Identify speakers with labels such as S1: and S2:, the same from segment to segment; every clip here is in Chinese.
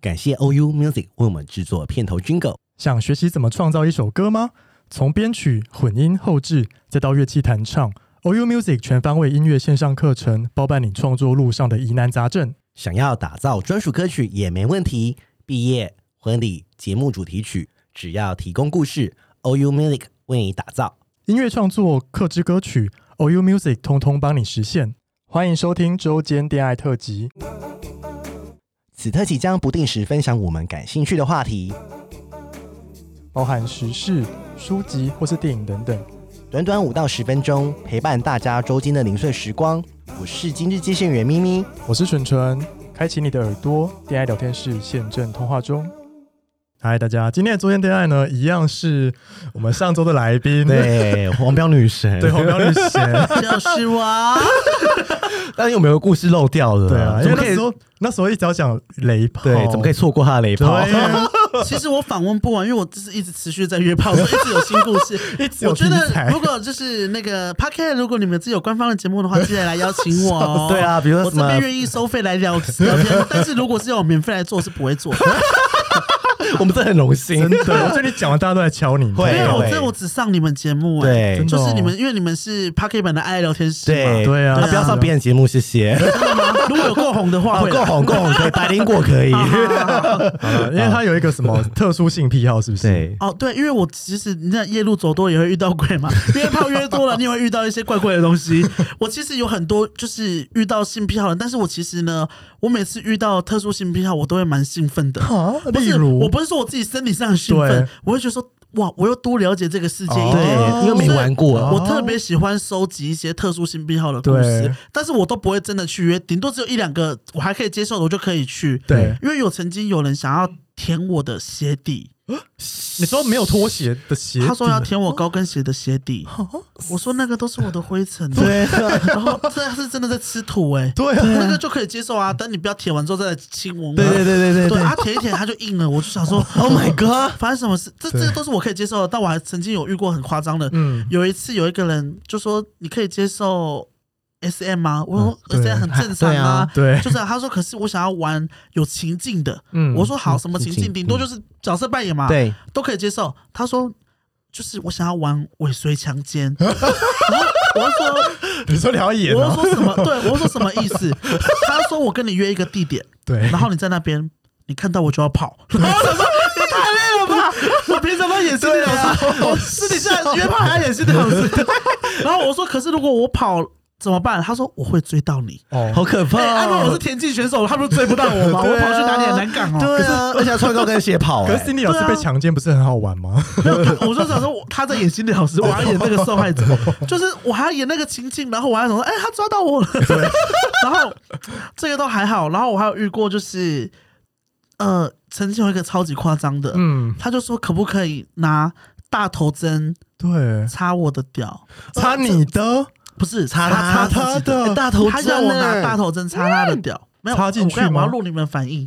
S1: 感谢 OU Music 为我们制作片头 Jingle。
S2: 想学习怎么创造一首歌吗？从编曲、混音、后置，再到乐器弹唱，OU Music 全方位音乐线上课程，包办你创作路上的疑难杂症。
S1: 想要打造专属歌曲也没问题，毕业、婚礼、节目主题曲，只要提供故事，OU Music 为你打造。
S2: 音乐创作、克制歌曲，OU Music 通通帮你实现。欢迎收听周间恋爱特辑。
S1: 此特辑将不定时分享我们感兴趣的话题，
S2: 包含时事、书籍或是电影等等。
S1: 短短五到十分钟，陪伴大家周间的零碎时光。我是今日接线员咪咪，
S2: 我是纯纯，开启你的耳朵，恋爱聊天室现正通话中。嗨，大家，今天的昨天恋爱呢，一样是我们上周的来宾，
S1: 对，黄标女神，
S2: 对，黄标女神。
S1: 就是 我。但是有没有故事漏掉了？
S2: 对啊，因
S1: 怎么
S2: 为那
S1: 可以
S2: 时候那时候一直要讲雷炮，
S1: 对？怎么可以错过他的雷炮？。
S2: 对啊
S3: 其实我访问不完，因为我就是一直持续在约炮， 所以一直有新故事，一
S2: 直有
S3: 我觉
S2: 题材
S3: 得如果就是那个 p a r k e t 如果你们自己有官方的节目的话，记得来邀请我、哦
S1: 对啊比如说
S3: 我
S1: 什
S3: 这
S1: 么
S3: 边愿意收费来聊 聊天，但是如果是要我免费来做，我是不会 做的。
S1: 我们真的很荣幸
S2: 真，的，我觉得你讲完大家都来敲你，啊
S1: 会
S3: 没有，我真
S1: 会
S3: 的我只上你们节目、哎，
S1: 对
S2: 真的
S3: 就是
S2: 哦
S3: 你们，因为你们是 p a r k e t 版的爱爱聊天室嘛。
S1: 对
S2: 对啊
S1: 不要上别人节目，谢谢。
S3: 真的吗？如果有够 红的话，
S1: 哦
S3: 会
S1: 够
S3: 来。
S1: 红够红，可以白灵果可以。
S2: 好了因为他有一个什么特殊性癖好，是不是？
S1: 对，
S3: 哦，对，因为我其实你那夜路走多也会遇到鬼嘛，约炮约多了，你也会遇到一些怪怪的东西。我其实有很多就是遇到性癖好人，但是我其实呢，我每次遇到特殊性癖好，我都会蛮兴奋的。
S2: 啊，
S3: 不
S2: 例
S3: 是，
S2: 如
S3: 我不是说我自己生理上很兴奋
S2: 对，
S3: 我会觉得说，哇，我又多了解这个世界一 点。
S1: 哦对，因为没玩过，哦
S3: 我特别喜欢收集一些特殊性癖好的故
S2: 对
S3: 事，但是我都不会真的去约，顶多只有一两个我还可以接受的，我就可以去。
S2: 对，
S3: 因为有曾经有人想要舔我的鞋底，
S2: 你说没有拖鞋的鞋底，
S3: 他说要舔我高跟鞋的鞋底，我说那个都是我的灰尘、
S1: 对，啊
S3: 然后这是真的在吃土哎、
S2: 对啊，
S3: 那个就可以接受啊，但你不要舔完之后再来亲我嘛。
S1: 对对对对对
S3: 对
S1: 对
S3: 啊，舔一舔它就硬了，我就想说
S1: ，Oh my god！
S3: 发生什么事？这这
S2: 对
S3: 个都是我可以接受的，但我还曾经有遇过很夸张的，
S2: 嗯
S3: 有一次有一个人就说你可以接受 S M 吗？我说
S2: 嗯
S3: S
S2: 对
S3: M 很正常
S1: 对
S3: 啊
S1: 啊，
S2: 对
S3: 就是啊他说可是我想要玩有情境的，
S2: 嗯
S3: 我说好什么
S1: 情境
S3: 情境，顶多
S1: 嗯
S3: 就是角色扮演嘛，
S1: 对，
S3: 都可以接受。他说，就是我想要玩尾随强奸。然后我就
S2: 你说你要演
S3: 说，
S1: 哦
S3: 我就
S2: 啊，
S3: 说什么？对，我就说什么意思？他说我跟你约一个地点，
S2: 对，
S3: 然后你在那边，你看到我就要跑。然后我想说，也太累了吧！我平常都演戏那种事，我私底下约炮还要演戏那种事。然后我说，可是如果我跑怎么办？他说我会追到你。
S1: 好
S2: 哦，
S1: 可怕
S3: 哎，阿
S1: 哦！
S3: 我是田径选手，他不是追不到我吗？
S1: 对
S3: 我
S1: 啊
S3: 跑去哪里很难赶哦。
S1: 对啊，而且还穿高跟鞋跑，
S2: 可
S1: 哎
S2: 是 Cindy 老师被
S3: 对啊
S2: 强奸不是很好玩吗？
S3: 没有，他我就想说我，他在演心理老师，我还要演那个受害者，就是我还要演那个情境，然后我还想说，哎、他抓到我了，然后这个都还好，然后我还有遇过就是，呃，曾经有一个超级夸张的，
S2: 嗯，
S3: 他就说可不可以拿大头针
S2: 对，
S3: 插我的屌，
S2: 擦你的，
S3: 不是插
S1: 他
S3: 他
S1: 他
S3: 自己
S1: 的
S3: 哎
S1: 大头
S3: 他要
S1: 针
S3: 我
S1: 欸
S3: 拿大头针插他的屌，没
S2: 嗯
S3: 有
S2: 插进去
S3: 我跟你讲
S2: 吗
S3: 我要录你们 反应，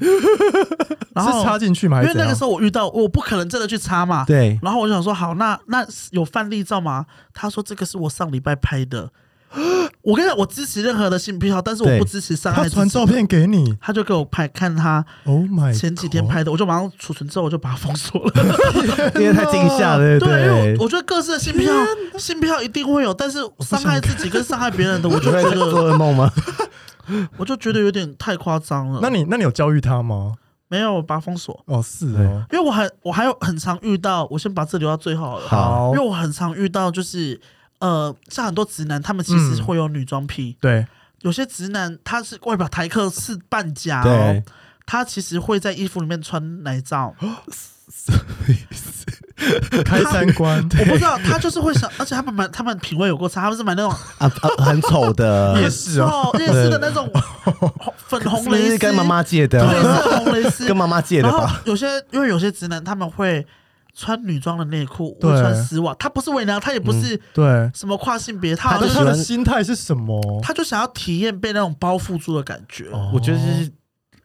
S3: 然后
S2: 是插进去吗？还
S3: 因
S2: 是
S3: 为那个时
S2: 候
S3: 候我遇到，我不可能真的去插嘛。
S1: 对
S3: 然后我就想说，好，那那有范例照吗？他说这个是我上礼拜拍的。 我跟你讲，我支持任何的性癖好，但是
S1: 对
S3: 我不支持伤
S2: 他
S3: 害自己
S2: 传照，片给你
S3: 他就给我拍看他
S2: ，Oh my，
S3: 前几天
S2: God
S3: 拍的，我就马上储存之后我就把它封锁了。
S1: 因为太惊吓了，
S3: 对，啊因为
S1: 对
S3: 我。我觉得各式的性癖好，性癖好一定会有，但是伤害自己跟伤害别人的，我就
S1: 你会
S3: 觉
S1: 在
S3: 得
S1: 做噩梦吗？
S3: 我就觉得有点太夸张了。
S2: 那你那你有教育他吗？
S3: 没有我把它封锁，
S2: 哦，是哦，
S3: 因为我还我还有很常遇到，我先把这留到最后好了。
S1: 好
S3: 因为我很常遇到，就是呃，像很多直男，他们其
S1: 嗯
S3: 实会有女装癖，
S2: 对，
S3: 有些直男他是外表台客是半假哦
S1: 对，，
S3: 他其实会在衣服里面穿奶罩，
S2: 开三观，
S3: 我不知道他就是 会想，而且他们买他们品味有过差，他们是买那种
S1: 啊啊，很丑 的，
S2: 夜市哦，
S3: 哦夜市的那种 粉红
S1: 是不
S3: 蕾丝，
S1: 是跟妈妈借
S3: 对
S1: 的，
S3: 是红蕾 丝
S1: 跟，妈妈借的
S3: 然后
S1: 吧？
S3: 有些因为有些直男他们会穿女装的内裤，
S2: 对
S3: 会穿丝袜，他不是伪娘，他也不是
S2: 对。
S3: 什么跨性别，
S1: 嗯
S3: 他
S1: 他
S3: 好
S2: 那
S3: 像
S1: 就喜欢
S2: 他
S3: 就是
S2: 的心态是什么？
S3: 他就想要体验被那种包覆住的感觉。
S2: 哦
S1: 我觉得是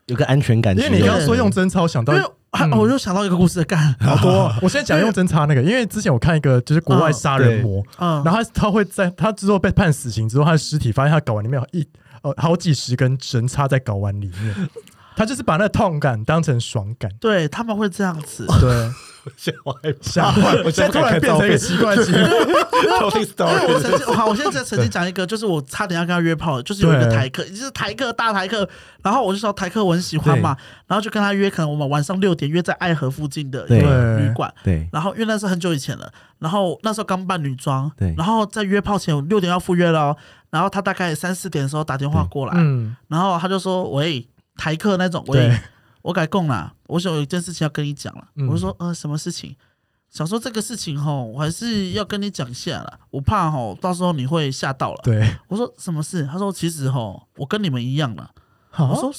S1: 有个安全感之
S2: 因
S1: 类
S2: 为
S1: 的，
S2: 你刚刚说用针超想到
S3: 因为啊
S2: 嗯
S3: 我又想到一个故事，干
S2: 好多哦，我先讲用针插那个，因为之前我看一个就是国外杀人魔，
S3: 嗯，
S2: 然后他他会在他之后被判死刑之后，他的尸体发现他睾丸里面有一呃好几十根针插在睾丸里面，他就是把那个痛感当成爽感。
S3: 对他们会这样 子，
S2: 对，
S4: 吓坏，
S2: 吓坏！我现在突然变成一个奇怪的情况，
S4: Telling
S3: 因为
S4: story，
S3: 我曾经，好，我现在曾经讲一个，就是我差点要跟他约炮的，就是有一个
S2: 对
S3: 台客，就是台客大台客，然后我就说台客我很喜欢嘛，然后就跟他约，可能我们晚上六点约在爱河附近的一个
S2: 对
S3: 旅馆，
S1: 对
S3: 然后因为那是很久以前了，然后那时候刚办女装，
S1: 对
S3: 然后在约炮前我六点要赴约了哦，然后他大概三四点的时候打电话过来，
S2: 嗯，
S3: 然后他就说喂台客那种喂
S2: 对，
S3: 我改供啦，我想有一件事情要跟你讲了，
S2: 嗯
S3: 我就说呃什么事情？想说这个事情吼，我还是要跟你讲一下啦，我怕吼到时候你会吓到了。
S2: 对，
S3: 我说什么事？他说其实吼我跟你们一样了。
S2: 好
S3: 我说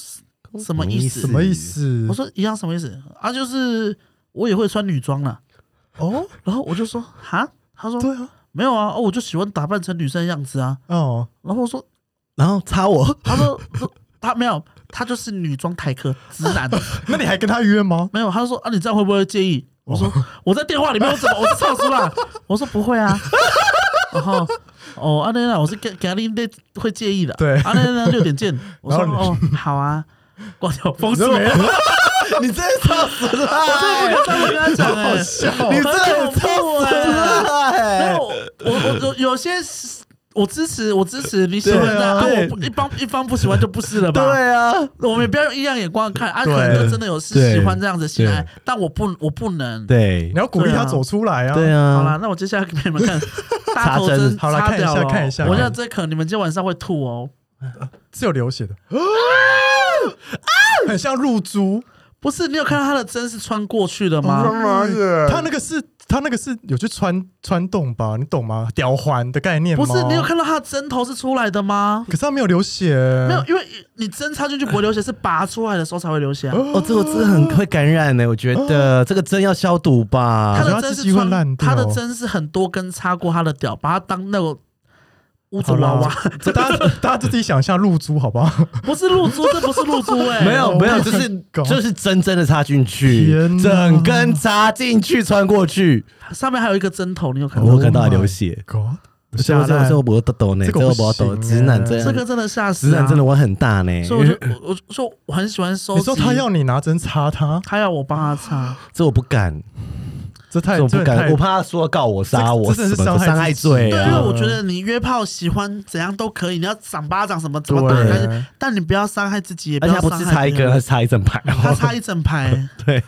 S3: 什么意思
S2: 什么意？思？
S3: 我说一样什么意思？啊就是我也会穿女装了。
S2: 哦，
S3: 然后我就说哈，他说
S2: 对啊，
S3: 没有啊，哦我就喜欢打扮成女生的样子啊。
S2: 哦，
S3: 然后我说
S1: 然后擦我，
S3: 他说他没有，他就是女装台客直男。
S2: 那你还跟他约吗？
S3: 没有，他说啊，你这样会不会介意？我说我在电话里面，我怎么我是唱出啦？我说不会啊。然后哦，阿丽娜，我是给给阿丽娜会介意的。啊
S2: 对
S3: 阿丽娜六点见。我说
S2: 然后
S3: 哦，好啊，挂掉封
S2: 你
S3: 锁。
S2: 说
S3: 我
S2: 没有
S3: 真的
S1: 你真的操死了！
S3: 不敢跟他讲哎，
S1: 啊你
S3: 很
S1: 真的
S3: 恐怖
S1: 操死
S3: 哎。没有，
S1: 了！
S3: 我我有有些是我支持，我支持你喜欢
S2: 对
S3: 的，
S2: 啊
S3: 啊，
S2: 对
S3: 我不一方一方不喜欢就不是了吧？
S1: 对啊，
S3: 我们也不要用异样眼光看，啊，可
S2: 对
S3: 能就真的有是
S1: 对
S3: 喜欢这样子的性爱
S1: 对，
S3: 但我不我不能。
S1: 对
S2: 你要鼓励他走出来啊！
S1: 对
S2: 啊，
S3: 好
S1: 啊，
S3: 啦，那我接下来给你 们看大头针，
S2: 好啦
S3: 擦
S2: 看一下
S3: 掉了哦，
S2: 看一下
S3: 我觉得这可能你们今天晚上会吐哦，
S2: 是有流血的，
S3: 啊
S2: 啊很像入珠。
S3: 不是？你有看到他的针是穿过去的
S4: 他
S3: 吗？
S4: 妈的，
S2: 他那个是，他那个是有去穿穿洞吧？你懂吗？吊环的概念吗
S3: 不是，你有看到他的针头是出来的吗？
S2: 可是他没有流血，
S3: 没有，因为你针插进去不会流血，是拔出来的时候才会流血啊。
S1: 哦，这个真的很会感染呢，我觉得这个针要消毒
S3: 他
S1: 吧。
S3: 的
S2: 我觉
S3: 针
S2: 得他自
S3: 是
S2: 己会
S3: 穿，
S2: 烂掉
S3: 他的针是很多根插过他的屌，把他当那个屋子娃
S2: 好
S3: 娃，
S2: 啦，这 大家大家自己想象露珠好不好？
S3: 不是露珠，这不是露珠哎，
S1: 没有没有，
S2: 我
S1: 就
S2: 不
S1: 是
S2: 敢搞
S1: 就是真真的插进去
S2: 天，哪
S1: 整根插进去穿过去，
S3: 上面还有一个针头，你有看
S1: 哦我
S3: 到？
S1: 看到流血。
S2: God，
S1: 这个这个这个我不懂呢，这
S2: 这
S1: 个
S2: 个
S1: 我
S2: 不
S1: 不
S2: 行
S1: 懂。
S2: 欸
S1: 直男这
S3: 这个
S1: 样，
S3: 真的吓
S1: 直
S3: 死啊！
S1: 男真的我很大呢，
S3: 所以我就我我我说我很喜欢收集。
S2: 你说他要你拿针插他，
S3: 他要我帮他擦，
S1: 这我不敢，
S2: 这太
S1: 这我不
S2: 这太
S1: 敢，我怕他说告我杀我，
S2: 这真的是
S1: 什么
S2: 伤害
S1: 伤害
S2: 自己
S1: 罪
S3: 对，
S1: 啊
S3: 因为我觉得你约炮喜欢怎样都可以，你要赏巴掌什么怎么打
S2: 对
S3: 开，但你不要伤害自己，也
S1: 而且他
S3: 要
S1: 不
S3: 伤
S1: 是
S3: 害
S1: 插一
S3: 别
S1: 根，
S3: 人
S1: 他是插一整 排。
S3: 他插一整排，
S1: 对，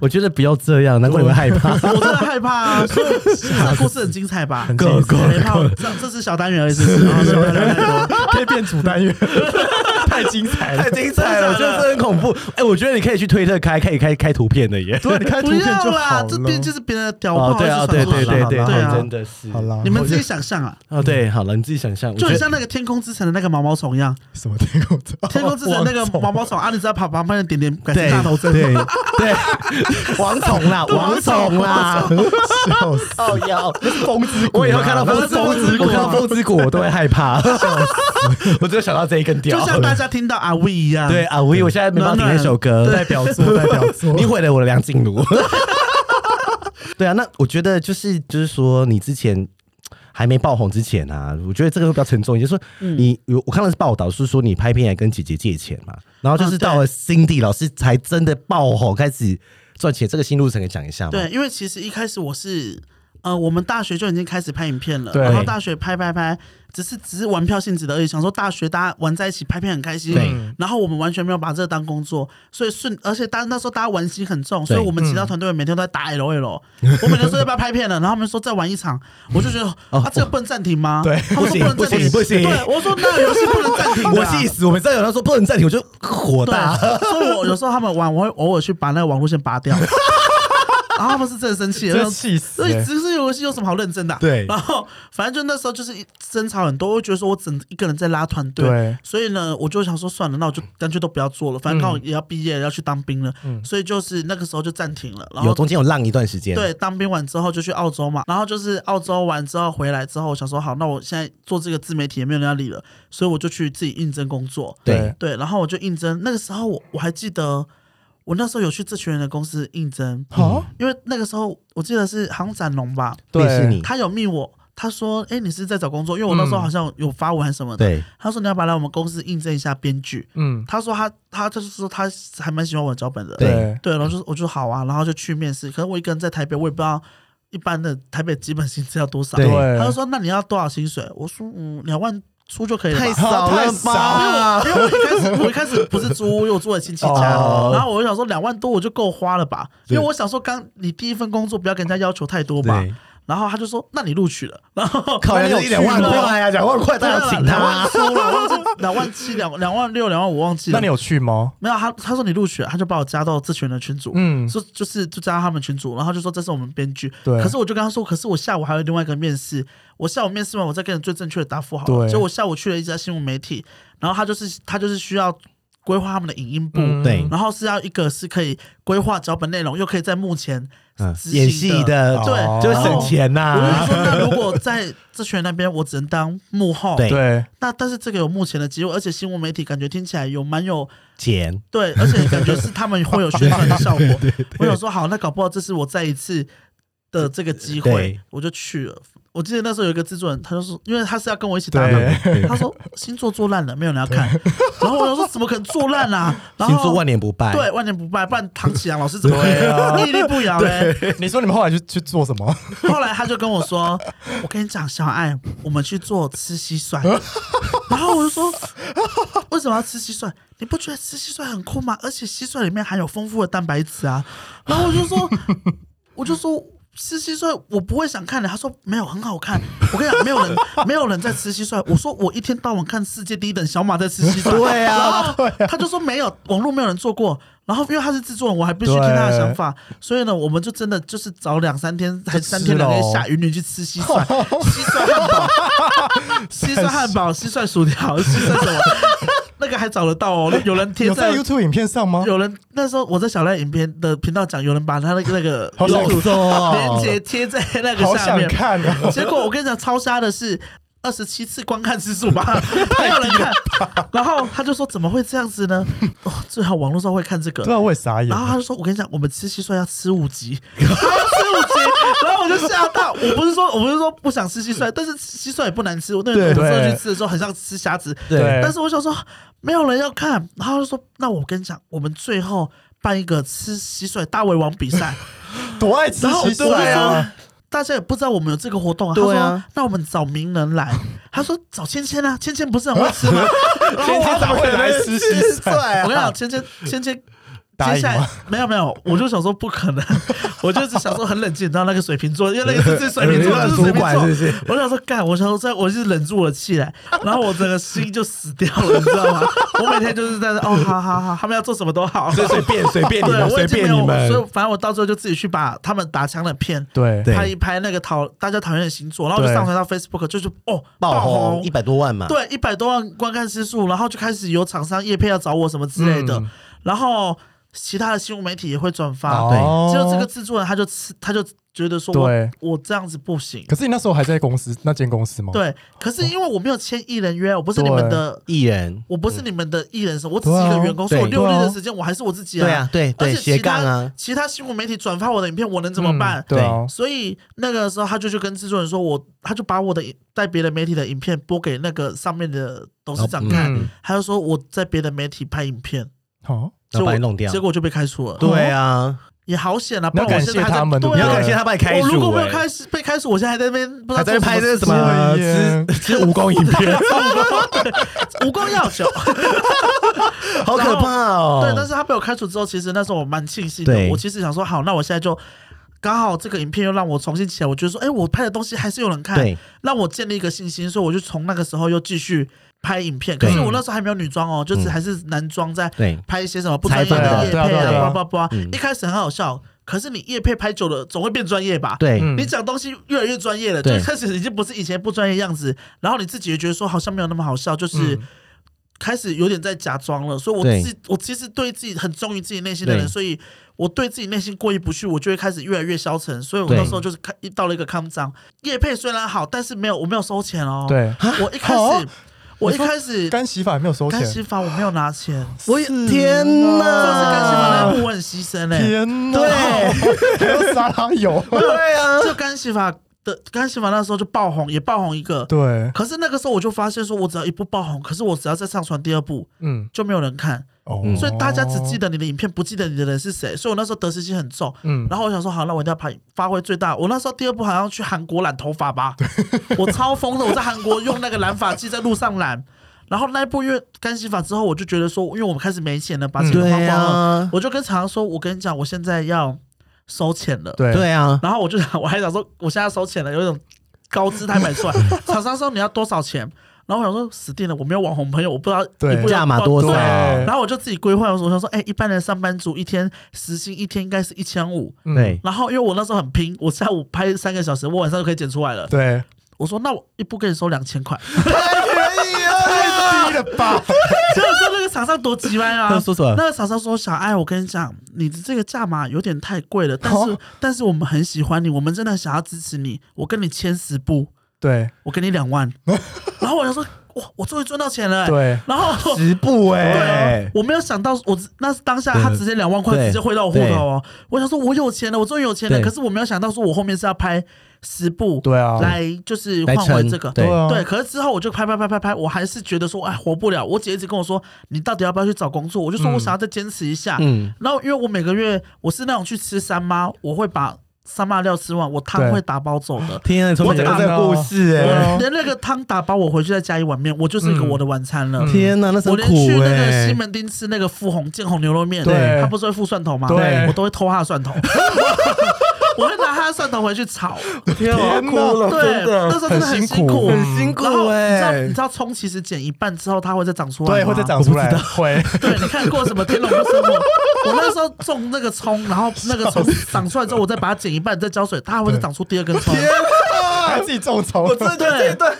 S1: 我觉得不要这样，难怪你会害 怕。
S3: 我真的害怕啊！所以 这故事很精彩吧？
S1: 够够
S3: 没炮，这这是小单元而已，是不 是？啊然后就聊太多
S2: 可以变主单 元，太精彩了
S1: 太！精彩 了，我觉得这很恐怖。哎、我觉得你可以去推特开，可以开开图片的耶。
S2: 对，你开图
S3: 不
S2: 片
S3: 要
S2: 就好
S3: 啦，
S2: 了。
S3: 这边就是别人的屌
S1: 哦
S3: 炮，，
S1: 对啊，
S3: 还
S1: 对
S3: 是传出
S1: 对
S3: 来
S1: 对
S3: 的
S1: 对
S3: 对啊
S1: 真的是。
S2: 好啦，
S3: 你们
S2: 我
S3: 自
S2: 觉得
S3: 己想象啊，
S1: 哦，对，好了，你自己想象。
S3: 就
S1: 我
S3: 很
S1: 觉得
S3: 像那个天空之城的那个毛毛虫一样，
S2: 什么天空之
S3: 天空之城那个毛毛虫啊，你只要跑旁边的点点，改成
S1: 对
S3: 大头针，
S1: 对对，王虫啦，王虫啦，
S2: 笑死！
S1: 哦要。
S2: 风之谷啊
S1: 我以后看到风之
S3: 风之谷
S1: 我看到风之谷我都会害怕，我只有想到这一根
S3: 就
S1: 屌。
S3: 像大家听到阿威一样。
S1: 对啊，我以为我现在没办法听那首歌，
S2: 代表作，代表作，
S1: 你毁了我的梁静茹。 对啊，那我觉得就是就是说，你之前还没爆红之前啊，我觉得这个会比较沉重一点。就是说
S3: 嗯
S1: 你有我看到是报道是说你拍片还跟姐姐借钱嘛，然后就是
S3: 嗯对
S1: 到了 Cindy 老师才真的爆红，开始赚钱，这个心路程可以讲一下吗？
S3: 对，因为其实一开始我是，呃，我们大学就已经开始拍影片了，
S2: 对
S3: 然后大学拍拍拍，只是只是玩票性质的而已，想说大学大家玩在一起拍片很开心，
S1: 对
S2: 嗯
S3: 然后我们完全没有把这个当工作，所以顺，而且当那时候大家玩心很重，所以
S1: 对
S3: 我们其
S2: 嗯
S3: 他团队每天都在打 L L，、我每天说要不要拍片了，然后他们说再玩一场，我就觉得、啊，这个不能暂停吗？
S2: 对
S3: 他们说能
S1: 哦不
S3: 暂
S1: 行
S3: 停，
S1: 不行不行
S3: 对，我说那游戏不能暂停的啊、
S1: 我气死！我们战友他说不能暂停，我就火大。
S3: 对，所以我有时候他们玩，我会偶尔去把那个网络线拔掉。 然后他们是真的生气，
S2: 真的气死
S3: 所以
S2: 欸
S3: 只是游戏有什么好认真的啊、
S1: 对
S3: 然后反正就那时候就是争吵很多，我会觉得说我整一个人在拉团队，
S2: 对
S3: 所以呢，我就想说算了，那我就干脆都不要做了，反正
S1: 嗯
S3: 刚好也要毕业了，要去当兵了，所以就是那个时候就暂停了。然后
S1: 有中间有浪一段时间，
S3: 对，当兵完之后就去澳洲嘛，然后就是澳洲完之后回来之后，我想说好，那我现在做这个自媒体也没有人要理了，所以我就去自己应征工作。
S1: 对
S3: 对，然后我就应征。那个时候我我还记得，我那时候有去这群人的公司应征，
S1: 嗯
S2: 好，
S1: 哦
S3: 因为那个时候我记得是航展龙吧，
S1: 面试你
S3: 他有密我，他说：“哎、你是在找工作？因为我那时候好像有发文还是什么
S1: 嗯
S3: 的。
S1: 对，
S3: 他说：“你要不要来我们公司应征一下编剧？”
S2: 嗯，
S3: 他说他：“他就是说他还蛮喜欢我的脚本的。”
S1: 对
S3: 对，然后就我就说好啊，然后就去面试。可是我一个人在台北，我也不知道一般的台北基本薪资要多少。
S1: 对
S3: 他就说：“那你要多少薪水？”我说：“嗯，两万出就可以了吧。”
S1: 少了吧？
S3: 因为我一开始我一开始不是租屋，因为我住在亲戚家，
S1: 哦
S3: 然后我就想说两万多我就够花了吧，
S1: 对
S3: 因为我想说刚你第一份工作不要跟人家要求太多吧。
S1: 对，
S3: 然后他就说，那你录取了，然后
S1: 考
S3: 那
S1: 量
S3: 你有
S1: 一两万
S3: 去吗
S1: 块啊，两万块当然请
S3: 两万
S1: 他。
S3: 出了，忘记两万七、两两万六、两万五，忘记了。
S2: 那你有去吗？
S3: 没有他？他说你录取了，他就把我加到这群人群组，
S2: 嗯，
S3: 说就是就加到他们群组，然后就说这是我们编剧。
S2: 对
S3: 可是我就跟他说，可是我下午还有另外一个面试，我下午面试完，我再跟你最正确的答复好了。
S2: 对
S3: 就我下午去了一家新闻媒体，然后他就是他就是需要规划他们的影音部，
S2: 嗯
S1: 对
S3: 然后是要一个是可以规划脚本内容，又可以在幕前
S1: 嗯
S3: 执行的
S1: 演戏的
S3: 对
S2: 哦
S3: 哦
S1: 就省钱
S3: 我就
S1: 呐。
S3: 说，那如果在这群人那边，我只能当幕后。
S1: 对
S2: 对，
S3: 那但是这个有目前的机会，而且新闻媒体感觉听起来有蛮有
S1: 钱
S3: 对，而且感觉是他们会有宣传的效 果。我想说，好，那搞不好这是我再一次的这个机会
S1: 对，
S3: 我就去了。我记得那时候有一个制作人，他就说，因为他是要跟我一起搭档，
S2: 对，
S3: 他说星座做烂了，没有人要看。 然后我想说，怎么可能做烂啦？然
S1: 星座
S3: 后
S1: 万年不败，
S3: 对万年不败，不然唐启阳老师怎么会
S2: 对啊
S3: 屹立不摇嘞？
S2: 你说你们后来去去做什 么？
S3: 后来他就跟我说：“我跟你讲，小爱，我们去做吃 蟋蟀。”然后我就说：“为什么要吃蟋蟀？你不觉得吃蟋蟀很酷吗？而且蟋蟀里面含有丰富的蛋白质啊。”然后我 就说：“我就说吃蟋蟀我不会想看的。”他说：“没有，很好看。”我跟你讲，没有 人没有人在吃蟋蟀。我说：“我一天到晚看世界第一等小马在吃蟋蟀。”
S1: 对啊
S3: 然后他就说：“没有，网络没有人做过。”然后因为他是制作人，我还必须听他的想法，所以呢，我们就真的就是找两三天还三天两天下雨，你去吃蟋 蟀、蟋蟀汉堡、蟋蟀汉堡、蟋蟀薯条、蟋蟀什 么，那个还找得到哦。有人贴
S2: 有在 YouTube 影片上吗？
S3: 有人那时候我在小赖影片的频道讲，有人把他那个那个
S2: 好想
S3: 连
S1: 哦
S3: 接贴在那
S2: 好
S3: 个下
S2: 想
S3: 面，
S2: 看 啊！
S3: 结果我跟你讲，超瞎的是二十七次观看次数 吧，没有人看。然后他就说：“怎么会这样子呢？哦，最好网络上会看这
S2: 对
S3: 个。
S2: 啊，我也傻”眼
S3: 然。后他就说：“我跟你讲，我们吃蟋蟀要吃五 集，要吃五集。”然后我就吓到，我不是说我不是说不想吃蟋蟀，但是蟋蟀也不难吃。我那
S2: 对
S3: 我那时候
S2: 对
S3: 去吃的时候，很像吃虾子，
S1: 对
S2: 对
S3: 但是我想说没有人要看，然后他就说：“那我跟你讲，我们最后办一个吃蟋蟀大胃王 比赛。”
S2: 多爱吃
S3: 然后我
S2: 蟋
S3: 就说
S2: 蟀啊！
S3: 大家也不知道我们有这个活动啊。他
S1: 对
S3: 说：“
S1: 啊
S3: 那我们找名人来。”他说：“找芊芊啊，芊芊不是很会吃吗？”然后
S2: 天
S3: 我
S2: 天早会来吃蟋蟀，
S3: 我跟你 讲，芊芊芊芊。
S2: 答
S3: 接
S2: 应
S3: 下来
S2: 吗
S3: 没有没有，我就想说不可能， 我就只想说很冷静。然后那个水瓶座，因为那个是水 瓶座，就是水
S1: 主
S3: 瓶
S1: 管是
S3: 座
S1: 不，是？
S3: 我想说，干，我想说，在我是忍住了气来，然后我整个心就死掉了，你知道吗？ 我每天就是在那，哦，好好好，他们要做什么 都好，
S1: 所以随便随便你
S3: 对，
S1: 们，
S3: 我
S1: 随
S3: 已经
S1: 便
S3: 没
S1: 你
S3: 有，所以
S1: 们。
S3: 反正我到最后就自己去把他们打枪的片
S2: 对
S1: 对
S3: 拍一拍那个讨大家讨厌的星座，然后我就
S2: 对
S3: 上传到 Facebook，就是哦
S1: 爆红
S3: 红
S1: 一。百多万嘛，
S3: 对，一百多万观看次数，然后就开始有厂商叶片要找我什么之类
S1: 嗯
S3: 的，然后其他的新闻媒体也会转发。
S1: 对
S2: 哦
S3: 只有这个制作人，他就吃，他就觉得说我
S2: 对
S3: 我这样子不行。
S2: 可是你那时候还在公司那间公司吗？，
S3: 对，可是因为我没有签艺人约，我不是你们的，
S1: 艺人，
S3: 我不是你们的艺人什么，我只是一个员工，
S1: 对
S3: 所
S1: 啊
S3: 以我六
S2: 对
S3: 日
S2: 啊
S3: 的时间我还是我自己
S1: 对啊，对
S3: 而
S1: 对，
S3: 且
S1: 斜
S3: 其他
S1: 杠啊，嗯哦
S3: 其他新闻媒体转发我的影片，我能怎么办？
S2: 对啊，
S3: 所以那个时候他就去跟制作人说我，他就把我的影在别的媒体的影片播给那个上面的董事
S1: 哦
S3: 长看，
S2: 嗯，
S3: 他就说我在别的媒体拍影片，
S2: 好，
S1: 然
S3: 结
S1: 后把
S3: 果
S1: 你弄掉
S3: 结。果就被开除了。
S1: 对啊，
S3: 也好险啊，不
S2: 你要
S3: 然我
S2: 感
S3: 现在
S2: 谢
S3: 还在
S2: 他们
S3: 对
S2: 对不
S3: 啊
S1: 哦你
S2: 对
S1: 要感谢他把你开
S3: 我如
S1: 除
S3: 果没有
S1: 欸，
S3: 开始被开除，我现在还在那边不知道
S1: 还在
S3: 做
S1: 拍这是
S3: 什
S1: 什 么
S2: 对耶
S1: 吃吃蜈蚣影片，
S3: 事武功要求。
S1: 好可怕 哦。
S3: 对，但是他被我开除之后，其实那时候我蛮庆幸的
S1: 对。
S3: 我其实想说，好，那我现在就刚好这个影片又让我重新起来，我觉得说，哎、我拍的东西还是有人看，
S1: 对
S3: 让我建立一个信心，所以我就从那个时候又继续拍影片。可是
S2: 对
S3: 我那时候还没有女装
S1: 嗯
S3: 哦，就是还是男装在
S1: 对
S3: 拍一些什么不专业
S1: 采
S3: 的
S1: 访
S3: 夜
S2: 对啊
S3: 配
S2: 对啊对
S3: 啊，
S2: 啊
S3: 叭叭叭
S1: 嗯，
S3: 一开始很好笑。可是你夜配拍久了，总会变专业吧？
S1: 对
S2: 嗯
S3: 你讲东西越来越专业了，就
S1: 对
S3: 开始已经不是以前不专业样子，然后你自己也觉得说好像没有那么好笑，就是
S2: 嗯
S3: 开始有点在假装了。所以我
S1: 对
S3: 自我其实对自己很忠于自己内心的人，
S1: 对
S3: 所以我对自己内心过意不去，我就会开始越来越消沉。所以我
S1: 对
S3: 那时候就是看一到了一个康张，叶配虽然好，但是没有我没有收钱哦。，
S2: 对，
S3: 我一开
S2: 啊
S3: 始我一
S2: 你说
S3: 开始
S2: 干洗法也没有收钱
S3: 干，洗法我没有拿钱，
S1: 我也天
S3: 但是干洗法那
S1: 哪
S3: 一！部我
S1: 啊
S3: 很牺牲嘞、欸
S2: 天哪，
S1: 对
S2: 还有沙拉油，
S1: 对啊，
S3: 这干洗法的干洗法那时候就爆红，也爆红一个。
S2: 对，
S3: 可是那个时候我就发现，说我只要一部爆红，可是我只要再上传第二部
S2: 嗯，
S3: 就没有人看，
S2: 哦，
S1: 嗯
S3: 所以大家只记得你的影片，不记得你的人是谁。所以我那时候得失心很重。
S2: 嗯，
S3: 然后我想说，好，那我一定要拍发挥最大。我那时候第二部好像去韩国染头 发吧，我超疯的，我在韩国用那个染发剂在路上染。然后那一部因为干洗法之后，我就觉得说，因为我们开始没钱了，把钱都花光
S1: 对
S3: 了，
S1: 啊，
S3: 我就跟常常说，我跟你讲，我现在要收钱了。
S2: 对
S1: 对啊，
S3: 然后我就想，我还想说，我现在收钱了，有一种高姿态摆出来。厂商说你要多少钱，然后我想说死定了，我没有网红朋友，我不知道
S2: 对
S3: 一步要
S1: 价码多少
S3: 对
S2: 对
S3: 然后我就自己规划，我想说，哎、一般的上班族一天时薪一天应该是一千五。
S2: 嗯
S1: 对，
S3: 然后因为我那时候很拼，我下午拍三个小时，我晚上就可以剪出来了。
S2: 对，
S3: 我说那我一步给你收两千块，
S2: 太低了吧？
S3: 结果说那个厂商多急歪 啊！
S1: 他说什么
S3: 那个厂商说：“小爱，我跟你讲，你的这个价码有点太贵了，但是、
S2: 哦
S3: 但是我们很喜欢你，我们真的想要支持你，我跟你签十步，
S2: 对
S3: 我给你两 万。”然后我就说：“哇，我终于赚到钱了、欸。”。
S2: 对，
S3: 然后
S1: 十步哎
S3: 对，，啊我没有想到，我只那是当下他直接两万块
S1: 对
S3: 直接汇到我户头哦。我想说，我有钱了，我终于有钱了。
S1: 对
S3: 可是我没有想到，说我后面是要拍十部，
S2: 对啊
S3: 来就是
S1: 来
S3: 换回
S1: 撑
S3: 这个，
S1: 对
S2: 啊，
S3: 对，可是之后我就拍拍拍拍拍，我还是觉得说，哎，活不了。我姐一直跟我说，你到底要不要去找工作？我就说
S2: 嗯
S3: 我想要再坚持一下。
S1: 嗯，
S3: 然后因为我每个月我是那种去吃三妈，我会把三妈料吃完，我
S2: 对
S3: 汤会打包走的。
S1: 天啊，从
S2: 我
S1: 小
S2: 打
S1: 这个故事
S2: 对
S1: 哎，
S2: 啊
S3: 我连那个汤打包，我回去再加一碗面，我就是一个
S2: 嗯
S3: 我的晚餐了。
S2: 嗯
S1: 天哪，那是
S3: 我
S1: 很
S3: 连去
S1: 苦
S3: 那个
S1: 哎
S3: 西，门町吃那个富红建红牛肉面，
S2: 欸对
S3: 他不是会附蒜头吗？
S2: 对
S3: 我都会偷他的蒜头， 我会拿他的蒜头回去炒。啊
S1: 天
S2: 我要哭 了
S3: 对，那时候真的很辛苦，
S2: 很
S1: 辛苦
S3: 然后你知道
S1: 欸
S3: 你知道葱其实剪一半之后它会再长出来吗，
S2: 对，会再长出来，会，
S3: 对，你看过什么《天龙的生活》？我那时候种那个葱，然后那个葱 长出来之后，我再把它剪一半，再浇水，它还会再长出第二根葱。
S2: 还自己种草，
S1: 真的这一段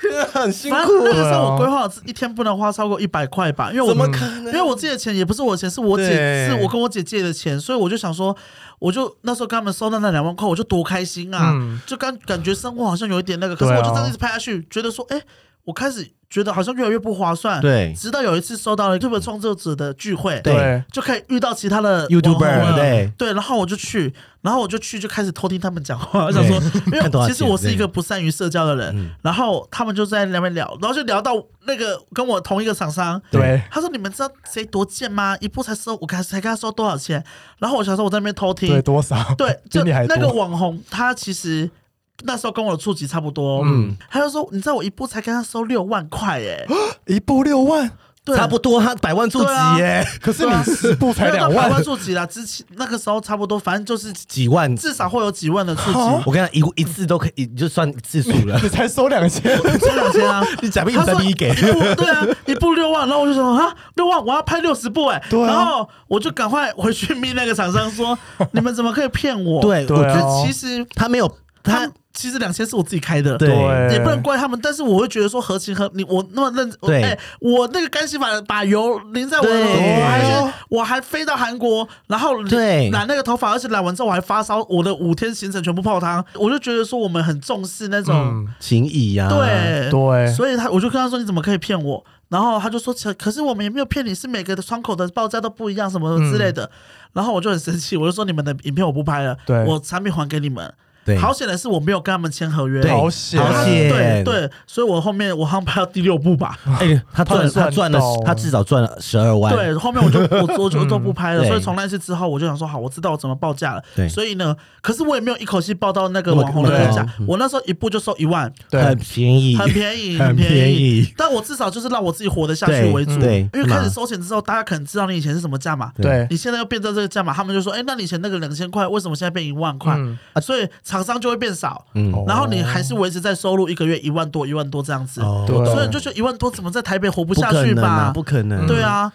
S1: 真的很辛
S3: 反正那个时
S2: 对
S3: 候
S2: 啊
S3: 我规划是一天不能花超过一百块吧，因为我
S2: 嗯
S1: 怎么可能
S3: 因为我借的钱也不是我的钱，是我姐，
S2: 对
S3: 是我跟我姐借的钱，所以我就想说，我就那时候跟他们收到那两万块，我就多开心啊！
S2: 嗯
S3: 就感感觉生活好像有一点那个，可是
S2: 对啊
S3: 我就这样一直拍下去，觉得说，哎、我开始觉得好像越来越不划算。
S1: 对
S3: 直到有一次收到了 YouTube 创作者的聚会，
S1: 对
S2: 对，
S3: 就可以遇到其他的
S1: YouTuber，
S3: 网红了
S1: 对
S3: 对，然后我就去，然后我就去就开始偷听他们讲话，我 想说，因
S1: 看多少钱
S3: 为
S1: 嗯
S3: 其实我是一个不善于社交的人，然后他们就在那边聊，然后就聊到那个跟我同一个厂商，
S2: 对，
S3: 他说你们知道谁多贱吗？一部才收我才才跟他收多少钱，然后我想说我在那边偷
S2: 对，
S3: 听，
S2: 多少？
S3: 对，
S2: 比
S3: 就
S2: 你还
S3: 那个
S2: 多，
S3: 网红他其实。那时候跟我的触及差不多，
S2: 嗯
S3: 嗯，他就说，你知道我一部才跟他收六万块，哎，
S2: 一步六万，
S3: 对
S1: 啊差不多他百万触及
S3: 啊
S1: 耶，
S2: 可是你十步才
S3: 没有到
S2: 两
S3: 百
S2: 万
S3: 万，触及啦，之前那个时候差不多，反正就是
S1: 几万。
S3: 至少会有几万的触
S2: 好
S3: 及，
S1: 我跟你讲，一一次都可以，你就算次数 了
S2: 你。才收两千，
S3: 这两 千啊。
S1: 你假币
S3: 他
S1: 才
S3: 说
S1: 第一给，
S3: 部对啊，一部六万，然后我就说啊，六万我要拍六十部哎、
S2: 对啊
S3: 然后我就赶快回去密那个厂商 说，你们怎么可以骗我？，
S1: 对，
S2: 对
S1: 我
S2: 啊
S1: 觉得
S2: 哦
S3: 其实
S1: 他没有
S3: 他
S1: 他，
S3: 其实两千是我自己开的，
S1: 对
S3: 也不能怪他们，但是我会觉得说合情合你我那么认，
S1: 对
S3: 哎我那个干洗法把油淋在我的头，
S1: 对
S3: 我还去我还飞到韩国，然后
S1: 对
S3: 染那个头发，而且染完之后我还发烧，我的五天行程全部泡汤，我就觉得说我们很重视那种、
S2: 嗯，
S1: 情谊呀，嗯
S3: 对啊
S2: 对
S3: 所以他我就跟他说你怎么可以骗我？然后他就说，可可是我们也没有骗你，是每个的窗口的报价都不一样，什么之类
S1: 嗯
S3: 的。然后我就很生气，我就说你们的影片我不拍了，
S2: 对
S3: 我产品还给你们。
S1: 对，
S3: 好险的是我没有跟他们签合约，
S1: 对，
S2: 好险
S1: 好险，
S3: 对对，所以我后面我好像拍到第六部吧，
S1: 哎，他赚
S2: 他
S1: 他
S2: 很赚
S1: 赚
S2: 到
S1: 了
S2: 哦，
S1: 他至少赚了十二万，
S3: 对，后面我就 我我就都不拍了，
S1: 嗯
S3: 所以
S1: 对
S3: 从那次之后我就想说，好，我知道我怎么报价了，
S1: 对
S3: 所以呢，可是我也没有一口气报到那个
S1: 那么
S3: 网红的那个价
S1: 对啊，
S3: 我那时候一部就收一万，
S1: 很
S2: 对，
S1: 便宜，
S3: 很便宜，
S1: 很
S3: 便
S1: 便宜
S3: 但我至少就是让我自己活得下去
S1: 对
S3: 为主，
S1: 对
S3: 因为开
S1: 是
S3: 始
S1: 吗
S3: 收钱之后，大家可能知道你以前是什么价码，
S2: 对
S3: 你现在又变成这个价码，他们就说，哎，那你以前那个两千块，为什么现在变一万块？
S2: 嗯
S3: 啊，所以厂商就会变少，
S1: 嗯
S2: 哦
S3: 然后你还是维持在收入一个月一万多、一万多这样子，
S1: 哦
S2: 对
S3: 所以你就觉得一万多怎么在台北活不
S1: 不
S3: 下
S1: 可
S3: 去
S1: 能啊
S3: 吧？
S1: 不可能，
S3: 对啊。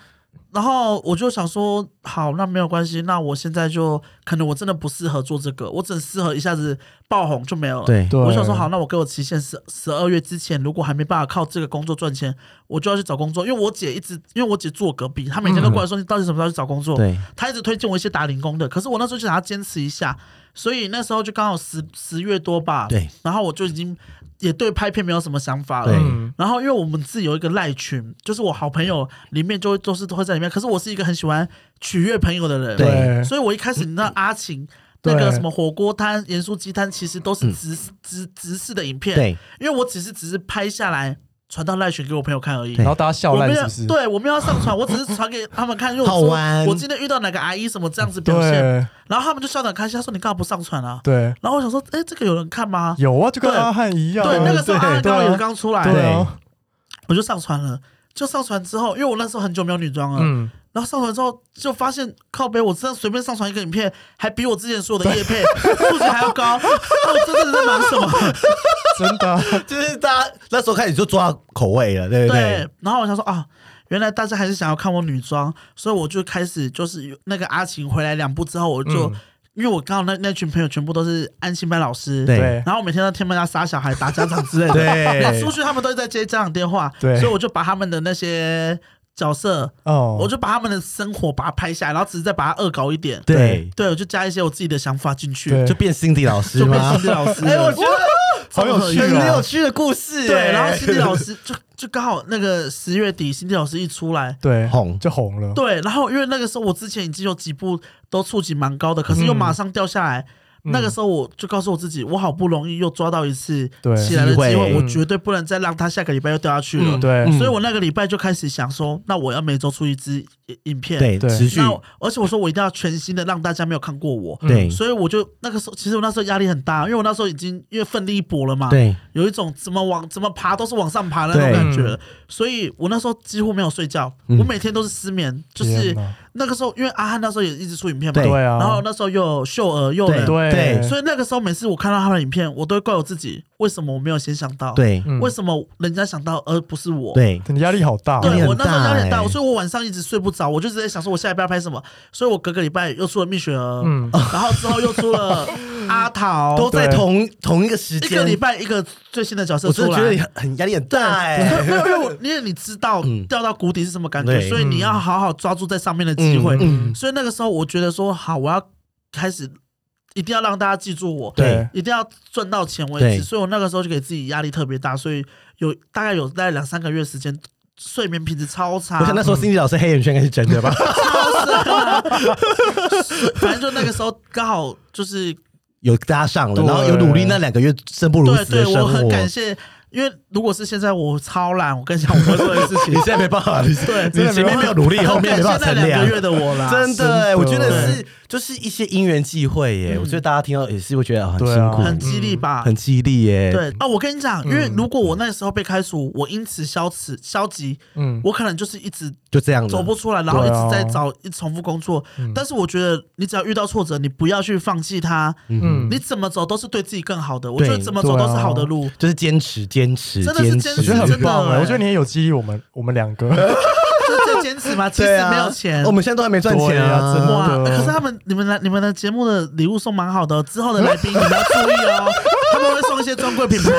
S3: 然后我就想说，好，那没有关系，那我现在就可能我真的不适合做这个，我只适合一下子爆红就没有了。，
S1: 对
S2: 对
S3: 我想说好，那我给我期限十十二月之前，如果还没办法靠这个工作赚钱，我就要去找工作。因为我姐一直，因为我姐住我隔壁，她每天都过来说、你到底什么时候去找工作？
S1: 嗯对
S3: 她一直推荐我一些打零工的，可是我那时候就想要坚持一下，所以那时候就刚好十十月多吧，
S1: 对，
S3: 然后我就已经也对拍片没有什么想法了，
S1: 对
S2: 嗯
S3: 然后因为我们自己有一个赖群，就是我好朋友里面就会都是都会在里面。可是我是一个很喜欢取悦朋友的人，
S1: 对
S2: 对，
S3: 所以我一开始你知道阿晴。那个
S2: 对
S3: 什么火锅摊、盐酥鸡摊，其实都是直直直视的影片。，
S1: 对，
S3: 因为我只是只是拍下来传到赖群给我朋友看而已
S1: 对
S4: 然。后大家笑
S3: 我
S4: 烂
S3: 没
S4: 是
S3: 有
S4: 不是？
S3: 对，我没有要上传，我只是传给他们看，因为我
S1: 好
S3: 说
S1: 玩
S3: 我今天遇到哪个阿姨什么这样子表现，
S2: 对
S3: 然后他们就笑得很开心，他说你干嘛不上传啊？
S2: 对，
S3: 然后我想说，哎、这个有人看吗？
S2: 有啊，就跟阿汉一样啊，
S3: 对，那个时候阿
S2: 对
S3: 高
S2: 啊
S3: 也刚出来，
S2: 对啊，
S3: 我就上传了。就上传之后，因为我那时候很久没有女装了，
S2: 嗯，
S3: 然后上传之后就发现靠背，我真的随便上传一个影片，还比我之前所有的叶配数值还 要高，那我真的在忙什么？
S2: 真的啊，
S1: 就是大家那时候开始就抓口味了，对不对
S3: 对？，然后我想说啊，原来大家还是想要看我女装，所以我就开始就是有那个阿晴回来两步之后，我就、
S1: 嗯
S3: 因为我刚好那那群朋友全部都是安心班老师，
S1: 对
S2: 对
S3: 然后我每天在天班家杀小孩、打家长之类 的，
S1: 对
S2: 哎
S3: 连出去他们都是在接家长电话，
S2: 对
S3: 所以我就把他们的那些角色，
S2: 哦，
S3: 我就把他们的生活把它拍下来，然后只是再把它恶搞一点，
S1: 对，
S3: 对，我就加一些我自己的想法进去，
S2: 对
S1: 就变 Cindy 老师
S3: 就变
S1: 吗
S3: 心？理老师了。
S1: 哎我觉
S3: 得
S2: 好有趣
S1: 很
S2: 哦
S1: 有趣的故事，
S3: 对，
S1: 哎
S3: 然后心理老师就就刚好那个十月底，心理老师一出来，
S2: 对
S1: 红
S2: 就红了，
S3: 对，然后因为那个时候我之前已经有几部都触及蛮高的，可是又马上掉下来。
S2: 嗯
S3: 那个时候我就告诉我自己，我好不容易又抓到一次
S2: 对
S3: 起来的
S1: 机会
S3: 机会，我
S2: 嗯
S3: 绝对不能再让他下个礼拜又掉下去了。
S2: 嗯对
S3: 所以我那个礼拜就开始想说，那我要每周出一支影影片。
S1: 对，
S2: 对
S1: 持续嗯
S3: 那我而且我说我一定要全新的，让大家没有看过我。
S1: 对
S3: 所以我就那个时候，其实我那时候压力很大，因为我那时候已经因为奋力一搏了嘛，，
S1: 对
S3: 有一种怎么往怎么爬都是往上爬的那种
S1: 对嗯
S3: 感觉，所以我那时候几乎没有睡觉，我每天都是失眠，就是
S2: 天哪
S3: 那个时候，因为阿汉那时候也一直出影片嘛，
S1: 对
S2: 对啊，
S3: 然后那时候又有秀儿又有
S1: 对
S3: 人，
S2: 对
S1: 对
S3: 所以那个时候每次我看到他的影片，我都会怪我自己，为什么我没有先想到，，
S1: 对
S2: 嗯
S3: 为什么人家想到而不是我，
S1: 对
S2: 你压力好大哦，
S1: 压力
S3: 对
S1: 很
S3: 我那时候
S1: 大
S3: 压力很大，
S1: 欸
S3: 所以我晚上一直睡不着，我就直接想说，我下一步要拍什么？所以我隔个礼拜又出了蜜雪儿，
S2: 嗯
S3: 然后之后又出 了阿桃，
S1: 都在
S2: 对
S1: 同同一个时
S3: 哦一个
S1: 间
S3: 礼，拜一个最新的角色
S1: 我
S3: 出
S1: 真的
S3: 来。
S1: 觉得
S3: 对
S1: 很很压力很大哎。
S3: 没有，因为我因为你知道掉到谷底是什么感
S1: 嗯
S3: 觉，
S1: 对
S3: 所以你要好好抓住在上面的机会。
S1: 嗯
S3: 所以那个时候，我觉得说好，我要开始，一定要让大家记住我，
S1: 对
S3: 一定要赚到钱为
S1: 对
S3: 止。所以我那个时候就给自己压力特别大，所以有大概有大概两三个月时间，睡眠品质超差。
S1: 我想那时候 Cindy 老师黑眼圈应该是真的 吧？
S3: 超深啊！反正就那个时候刚好就是，
S1: 有搭上了，
S2: 对
S1: 然后有努力那两个月生不如
S3: 对
S1: 死的
S3: 对，
S1: 生
S3: 我
S1: 活。
S3: 很感谢，因为如果是现在我超懒，我跟你讲，我会做的事情
S1: 你，现在没办法，你
S3: 对
S1: 你前面没有努力，后
S3: 很
S1: 面没
S3: 感谢
S1: 办法
S3: 那
S1: 乘
S3: 两
S1: 凉
S3: 个。月的我啦。
S1: 真
S2: 真
S1: 的
S2: 的
S1: 欸，我觉得是就是一些因缘际会耶。我觉得大家听到也是会觉得啊很
S2: 对
S1: 辛
S2: 啊
S1: 苦，
S3: 嗯很激励吧？
S1: 很嗯激励耶。
S3: 对啊，我跟你讲，因为如果我那时候被开除，我因此消此消极，
S2: 嗯，
S3: 我可能就是一直
S1: 就这样子
S3: 走不出来，然后一
S2: 对啊
S3: 直在找一重复工作。
S1: 嗯
S3: 但是我觉得，你只要遇到挫折，你不要去放弃它，
S2: 嗯
S3: 你怎么走都是对自己更好的。我觉得
S1: 对啊
S3: 怎么走都是好的路。
S1: 就是坚持，坚持，
S3: 真的
S1: 持。
S3: 是
S2: 我
S3: 坚持
S2: 觉得很棒
S3: 真的
S2: 哎，
S3: 欸
S2: 我觉得你也有激励我们，我们两个，
S3: 这这坚持吗？其实
S1: 对啊
S3: 没有钱。
S1: 我们现在都还没赚
S2: 对
S1: 钱
S2: 啊真的
S3: 哇！可是他们、你们来、你们的节目的礼物送蛮好的哦，之后的来宾你们要注意 哦，他们会送一些专柜品牌。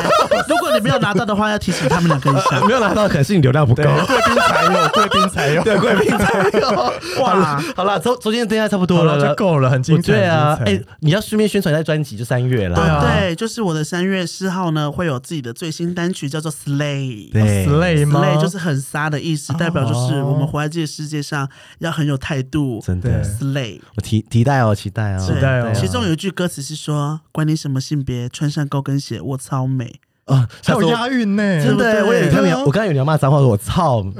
S3: 如果你没有拿到的话，要提醒他们两个一 下。
S1: 没有拿到，可能是你流量不够
S2: 对，。贵宾才有，贵宾才
S1: 对，
S2: 有，
S1: 贵宾才有。好了
S3: 哇，
S1: 好了，昨昨天的对话差不多
S2: 好
S1: 了
S2: 了
S1: 啦，
S2: 就够了，很精
S1: 我
S2: 彩，
S1: 对啊，
S2: 很
S1: 哎
S2: 精彩，
S1: 你要顺便宣传一下专辑，就三月啦。
S2: 对啊
S3: 对，就是我的三月四号呢，会有自己的最新单曲，叫做《Slay》。
S1: 对哦
S2: slay 吗？
S3: Slay 就是很杀的意思，代表就是我们活在这个世界上要很有态度。
S1: 真的
S2: 对，
S3: Slay，
S1: 我期期待哦，期待哦，
S3: 期
S2: 待哦
S1: 对啊
S3: 其中有一句歌词是说：“管你什么性别，穿上高跟鞋，我超美。
S1: 啊，
S2: 还
S1: 下次
S2: 有
S1: 我
S2: 押韵呢，
S1: 真的
S3: 对
S1: 欸，
S3: 不对
S1: 我也特别，
S2: 对啊
S1: 我刚才有你要骂脏话，我说我操，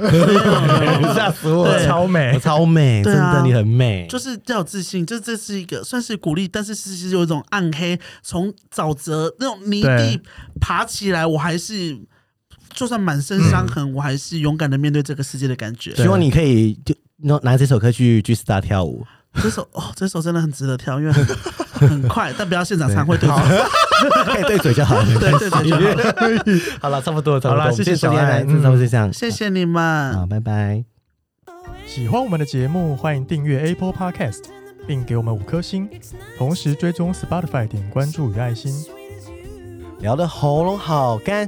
S1: 吓死我
S2: 对
S1: 了，
S2: 超美
S1: 我超美，
S3: 啊对
S1: 真
S3: 啊
S1: 的你很美”，
S3: 就是要有自信，就这是一个算是鼓励，但是其实有一种暗黑，从沼泽那种泥地
S2: 对
S3: 爬起来，我还是就算满身伤痕，我还是勇敢的面对这个世界的感觉。
S1: 希望你可以就拿拿这首歌去去 star 跳舞，
S3: 这首哦，这首真的很值得跳，因为很很快，但不要现场唱会对不起
S1: 可以对嘴就好了，
S3: 对对对就好了。
S1: 好了，差不多，差不
S2: 好
S1: 多，
S2: 啦谢谢
S1: 今
S2: 小
S1: 天
S2: 爱
S1: 来就差不多就这样，
S3: 谢谢你们
S1: 好，，拜拜。
S2: 喜欢我们的节目，欢迎订阅 Apple Podcast，并给我们五颗星，同时追踪 Spotify 点关注与爱心。
S1: 聊的喉咙好干，